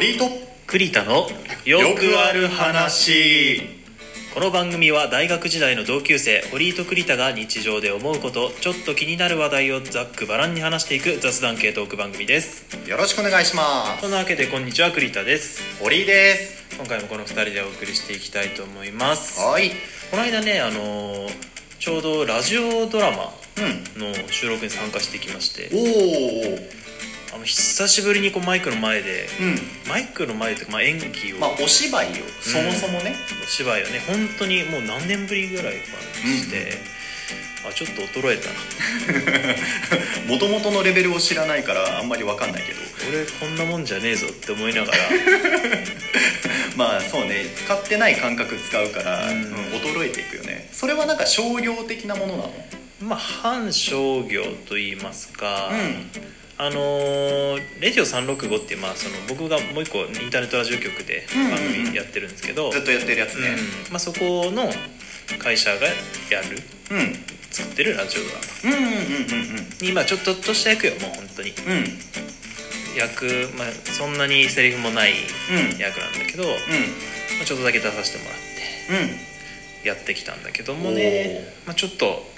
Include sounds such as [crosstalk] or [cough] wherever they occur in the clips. リート栗田のよくある話この番組は大学時代の同級生堀井と栗田が日常で思うことちょっと気になる話題をざっくばらんに話していく雑談系トーク番組ですよろしくお願いしますそんなわけでこんにちは栗田です堀井です今回もこの2人でお送りしていきたいと思いますはいこの間ねあのーちょうどラジオドラマうんの収録に参加してきましておおあの久しぶりにこうマイクの前でうんマイクの前というか、まあ、演技を、まあお芝居をそもそもねお芝居をね本当にもう何年ぶりぐらいかなして、あちょっと衰えたなもともとのレベルを知らないからあんまりわかんないけど俺こんなもんじゃねえぞって思いなが [laughs] らまあそうね使ってない感覚使うから、ううんん、衰えていくよねそれはなんか商業的なものなのまあ反商業と言いますか、うんあのーレディオ365」っていう、まあ、その僕がもう一個インターネットラジオ局でうんうんうん番組やってるんですけど、うんずっとやってるやつねまあ、そこの会社がやるうんうん作ってるラジオドラマうんうんにまあちょっととした役よもう本当にうんうんうん役、まあ、そんなにセリフもないうん役なんだけど、まあ、ちょっとだけ出させてもらってうやってきたんだけどもね、まあ、ちょっと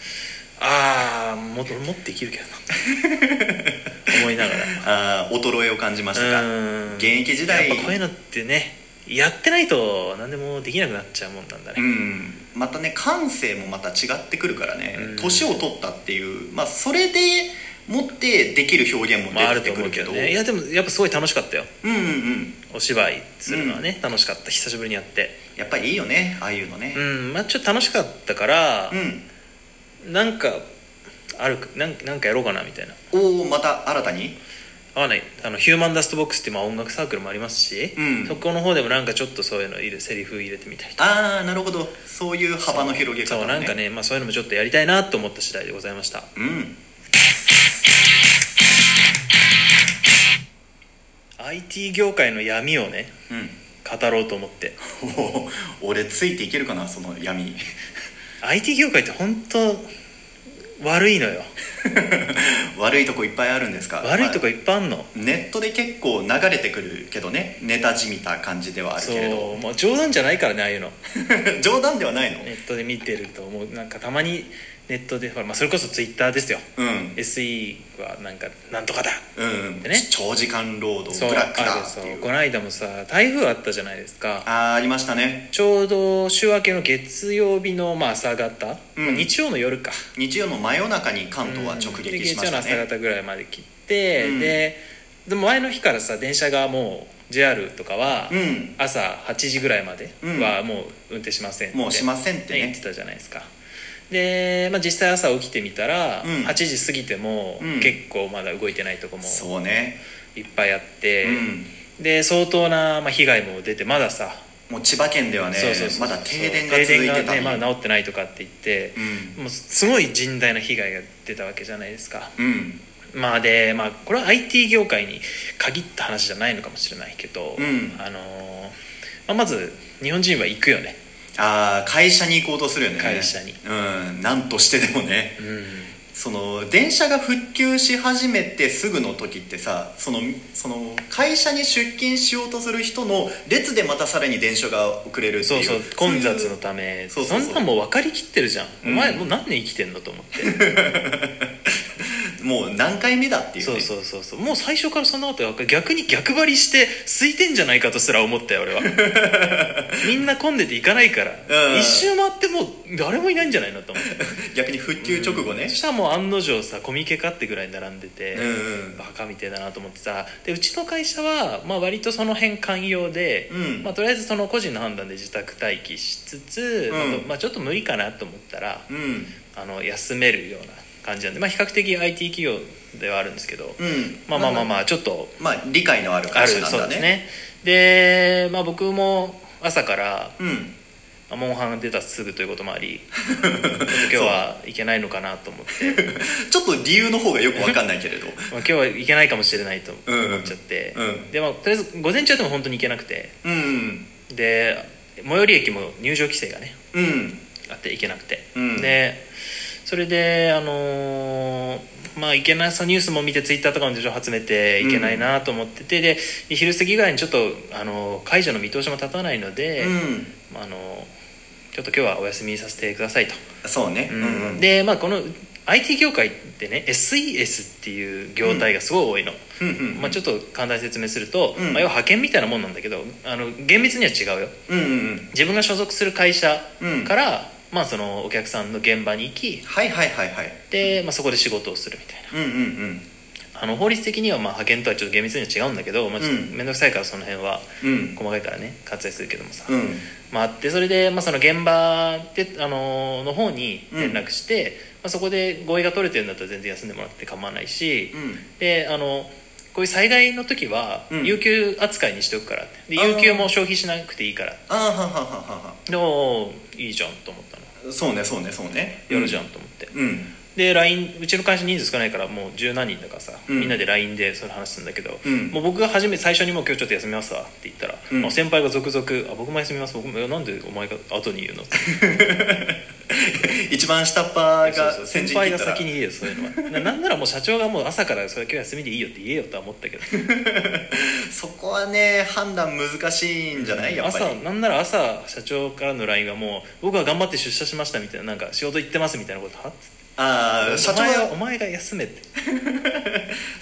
ああもっともっとできるけど [laughs] な思いながらんああ衰えを感じましたかうん現役時代やっぱこういうのってねやってないと何でもできなくなっちゃうもんなんだうね、んまたね感性もまた違ってくるからねうん年、を取ったっていう、まあ、それでもってできる表現もまあ出あるてとく思うるけけどどねいやでもやっぱすごい楽しかったようんうんうんお芝居するのはね、楽しかった久しぶりにやってやっぱりいいよねああいうのねうんまあちょっと楽しかったからうん、、なんかあるなんなんかやろうかなみたいなおおまた新たに合わないあのヒューマンダストボックスってまあ音楽サークルもありますし、うんそこの方でもなんかちょっとそういうの入れセリフ入れてみたりとかああなるほどそういう幅の広げ方、ね、そうなんかね、まあ、そういうのもちょっとやりたいなと思った次第でございましたうん、 IT 業界の闇をねうん [laughs] 語ろうと思っておー俺ついていけるかなその闇 [laughs] IT 業界って本当悪いのよ悪いとこいっぱいあるんですか悪いとまこあいっぱいあんの、ネットで結構流れてくるけどねネタじみた感じではあるそけれどうもう冗談じゃないからねああいうの [laughs] 冗談ではないのネットで見てると思うなんかたまにネットでほら、まあ、それこそツイッターですようん、 SE はなんかなんとかだうんでね長時間労働そうブラックあだるってそういうこの間もさ台風あったじゃないですかあーありましたねちょうど週明けの月曜日のまあ朝方、うんまあ日曜の夜か日曜の真夜中に関東は直で撃しまし月曜のた朝ね方ぐらいまで来て、うんででも前の日からさ電車がもう JR とかはうん朝8時ぐらいまではもう運転しませんって、もうしませんってね言っねてたじゃないですかで、まあ、実際朝起きてみたら、うん8時過ぎてもうん結構まだ動いてないとこもそうね、いっぱいあって、うんで相当なまあ被害も出てまださもう千葉県ではねそうそうそうまだ停電が続い停て電たがり、ね、まだ治ってないとかって言って、うもうすごい甚大な被害が出たわけじゃないですかんうんまあでまあこれは IT 業界に限った話じゃないのかもしれないけど、うんあのーまあ、まず日本人は行くよね、あー会社に行こうとするよね会社にうんなんとしてでもねその電車が復旧し始めてすぐの時ってさそのその会社に出勤しようとする人の列でまたさらに電車が遅れるっていうそうそう混雑のそういうためそそうんそうなそうんもう分かりきってるじゃん、うんお前もう何年生きてんのと思ってもう何回目だっていう、そうね、そうそうそうもう最初からそんなこと分かる逆に逆張りして空いてんじゃないかとすら思ったよ [laughs] 俺はみんな混んでて行かないから、うん一周回ってもう誰もいないんじゃないのと思って逆に復旧直後ねそしたらもう案の定さコミケかってぐらい並んでて、うんうんバカみてえだなと思ってさでうちの会社は、まあ、割とその辺寛容で、うんまあ、とりあえずその個人の判断で自宅待機しつつ、うんあとまあ、ちょっと無理かなと思ったらうんうんあの休めるような感じなんで、まあ、比較的 IT 企業ではあるんですけど、まあまあまあまあちょっとまあ理解のある会ある社なんそうだですねねで、まあ、僕も朝からうんまあモンハン出たすぐということも [laughs] ありちょっと今日はいけないのかなと思ってちょっと理由の方がよくわかんないけれどまあ、今日はいけないかもしれないと思っちゃって、うんうんでまあ、とりあえず午前中はでも本当に行けなくてうんで最寄り駅も入場規制がねうんあって行けなくて、うんでそれであのーまあ、いけなさニュースも見てツイッターとかも情報集めていけないなと思ってて、で昼過ぎぐらいにちょっと、あのー解除の見通しも立たないので、うんまあ、あのーちょっと今日はお休みさせてくださいと、そうね、うんうん、で、まあ、この IT 業界ってね SES っていう業態がすごい多いの、うんうんうんまあ、ちょっと簡単に説明すると、うんまあ、要は派遣みたいなもんなんだけどあの厳密には違うようんうん自分が所属する会社うんから、まあ、そのお客さんの現場に行きはいはいはいはいで、まあ、そこで仕事をするみたいうんうんうんなあの法律的にはまあ派遣とはちょっと厳密には違うんだけど、まあ、ちょっとうん面倒くさいからその辺はうん細かいからね割愛するけどもさ、うんまあ、あってそれで、まあ、その現場で、あのの方に連絡して、まあ、そこで合意が取れてるんだったら全然休んでもらって構わないし、うんであのこういう災害の時はうん有給扱いにしておくからってであー有給も消費しなくていいからああはははははでおーいいじゃんと思ったのそうねそうねそうねやるじゃんと思って、うん [laughs] で LINE うちの会社人数少ないからもう十何人だからさ、うんみんなで LINE でその話するんだけど、うんもう僕が初め最初にもう今日ちょっと休みますわって言ったら、うんまあ先輩が続々「あ僕も休みます僕もいやなんでお前が後に言うの?」一番下っ端そうがそう先先陣切輩がったら先に言えよそういうのはななんならもう社長がもう朝から「それ今日休みでいいよ」って言えよとは思ったけどそこはね判断難しいんじゃないやっぱり朝なんなら朝社長からの LINE がもう「僕は頑張って出社しました」みたいな「なんか仕事行ってます」みたいなことはっつってああ社長お前ががお前が休め」って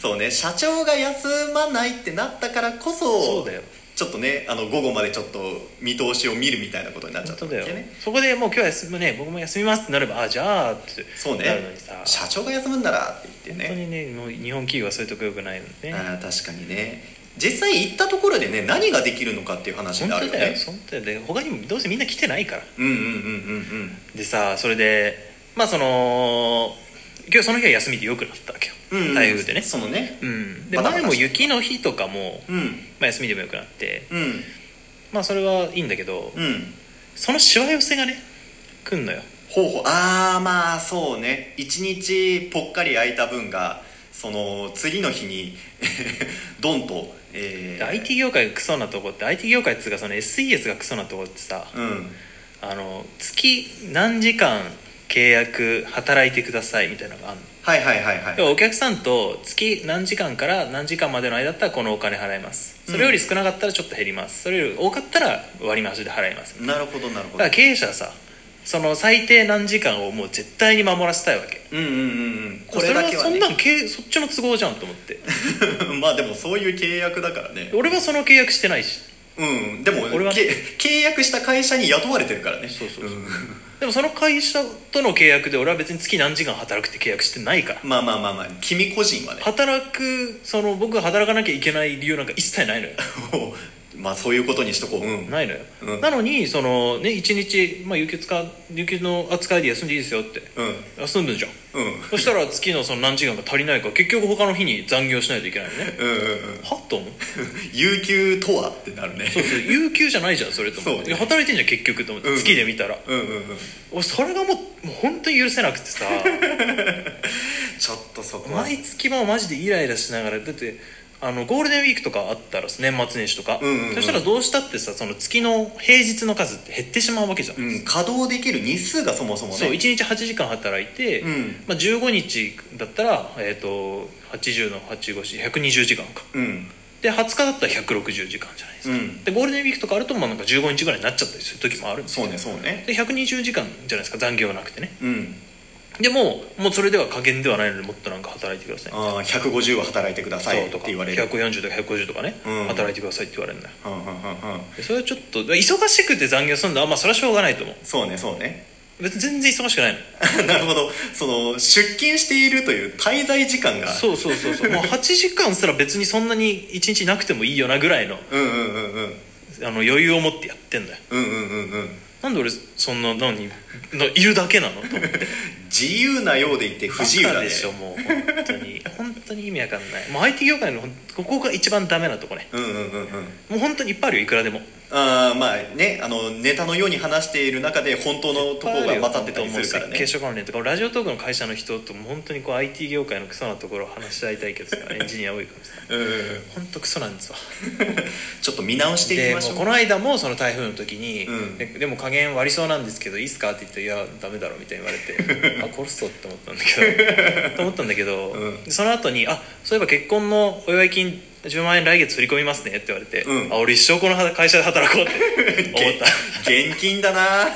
そうね社長が休まないってなったからこそそうだよちょっとねあの午後までちょっと見通しを見るみたいなことになっちゃ本った当んだよ、ねそこでもう今日は休むね僕も休みますってなれば「あじゃあ」ってそうなるのねにさ、社長が休むんならって言って本当ねにねもう日本企業はそういうとこよくないのねああ確かにね実際行ったところでね何ができるのかっていう話本になる当よだよね本当だよで他にもどうせみんな来てないからうんうんうんうんでさそれでまあその今日その日は休みでよくなったわけうよ、んうん台風でねそのねうんでまだ前も雪の日とかも、うんまあ、休みでもよくなってうんまあそれはいいんだけど、うんそのしわ寄せがね来んのよほうほうああまあそうね一日ぽっかり空いた分がその次の日に [laughs] ドンと、えでー、 IT 業界がクソなとこって IT 業界っつうかその SES がクソなとこってさうんあの月何時間契約働いてくださいみたいなのがあるのはいはいはいはい要はお客さんと月何時間から何時間までの間だったらこのお金払いますそれより少なかったらちょっと減りますそれより多かったら割り増しで払いますなるほどなるほどだから経営者はさその最低何時間をもう絶対に守らせたいわけうんうんうんうんこれだけは、それねはそん、なん経営そっちの都合じゃんと思って [laughs] まあでもそういう契約だからね俺はその契約してないしうんでも俺はけ契約した会社に雇われてるからねそうそうそうんでもその会社との契約で俺は別に月何時間働くって契約してないからまあまあまあまあ君個人はね働くその僕が働かなきゃいけない理由なんか一切ないの [laughs] よまあそういうことにしとこううんないのよ、うんなのにそのね一日、まあ、有給使う有給の扱いで休んでいいですよってうん休んでんじゃんうんそしたら月のその何時間か足りないから結局他の日に残業しないといけないのねうんうんうんはっと思う有給とはってなるね [laughs] そうそう有給じゃないじゃんそれと思っそうていや働いてんじゃん結局と思って、うん月で見たらうんうんうん俺それがもうもう本当に許せなくてさちょっとそこは毎月もうマジでイライラしながらだってあのゴールデンウィークとかあったら年末年始とか、うんうんうんそしたらどうしたってさその月の平日の数って減ってしまうわけじゃん、うん稼働できる日数がそもそもねそう1日8時間働いて、うんまあ、15日だったら、えー、と80の85120時間かうんで20日だったら160時間じゃないですか、うんでゴールデンウィークとかあるとまあなんか15日ぐらいになっちゃったりする時もあるんですよそうねそうねで120時間じゃないですか残業なくてねうんでももうそれでは加減ではないのでもっとなんか働いてくださいああ150は働いてくださいそっうてとか言われる140とか150とかね、うん働いてくださいって言われるんだようんうんうんうんでそれはちょっと忙しくて残業するのはまあそれはしょうがないと思うそうねそうね別に全然忙しくないのなるほどその出勤しているという滞在時間がそうそうそうそうもう8時間すら別にそんなに1日なくてもいいよなぐらいのあうんうんうんうんの余裕を持ってやってんだようんうんうんうんなんで俺そんな何のいるだけ [laughs] なのと思って自由なようでいて不自由バだカねでしょもう本当に本当に意味わかんないもう IT 業界のほんここが一番ダメなとこねうんうんうんうんもう本当にいっぱいあるよいくらでもあーまあねあのネタのように話している中で本当のところが混ざってたりするからもう設計ね書関連とかラジオトークの会社の人とも本当にこう IT 業界のクソなところを話し合いた [laughs] いけどさエンジニア多いからさうん本当クソなんですわちょっと見直していきでまもしょううこの間もその台風の時に、うんででも加減割りそうなんですけどいいっすかって言って「いやダメだろ」みたいに言われ [laughs] てあ殺すぞって思ったんだけどと思ったんだけど、うその後に「あそういえば結婚のお祝い金10万円来月振り込みますね」って言われて、うんあ俺一生この会社で働こうって [laughs] 思っげた現金だな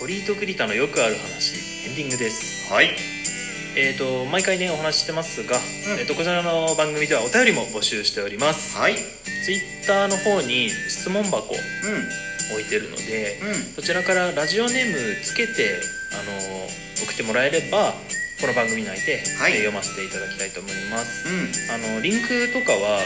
堀井と栗田のよくある話エンディングですはいえー、と毎回ねお話ししてますが、んえー、とこちらの番組ではお便りも募集しておりますはいツイッターの方に質問箱置ういてるので、んうんそちらからラジオネームつけて、あのー送ってもらえればこの番組内で、はいえー読ませていただきたいと思います、うんあのリンクとかは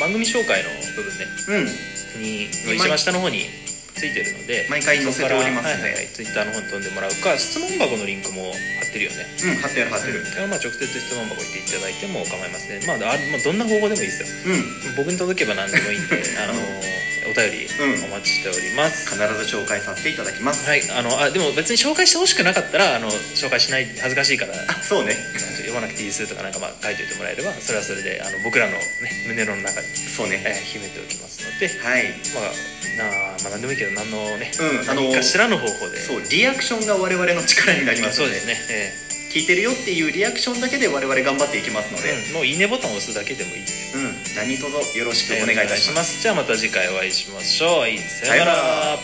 番組紹介の部分ねうんに今一番下の方についてるので毎回載せておりますそこからはいはいはいねツイッターの方に飛んでもらうか質問箱のリンクも貼ってるよねうん貼ってある貼ってるうんまあ直接質問箱行っていただいても構いません、ねまあ、あまあどんな方法でもいいですようん僕に届けば何でもいいん [laughs] であのお便りうんお待ちしております、必ず紹介させていただきますはいあのあでも別に紹介してほしくなかったらあの紹介しない恥ずかしいからあそうね読まなくていいですとかなんかまあ書いておいてもらえればそれはそれであの僕らの、ね、胸の中に、そうえーね秘めておきますので、はいまあ、なあまあ何でもいいけど何のね、うんあの何かしらの方法でそうリアクションが我々の力になりますそのうでですね、え聞いてるよっていうリアクションだけで我々頑張っていきますのでえうんもういいねボタンを押すだけでもいいですうん何卒よろしくお願いいたしますじゃあまた次回お会いしましょう。ささよようなうならら。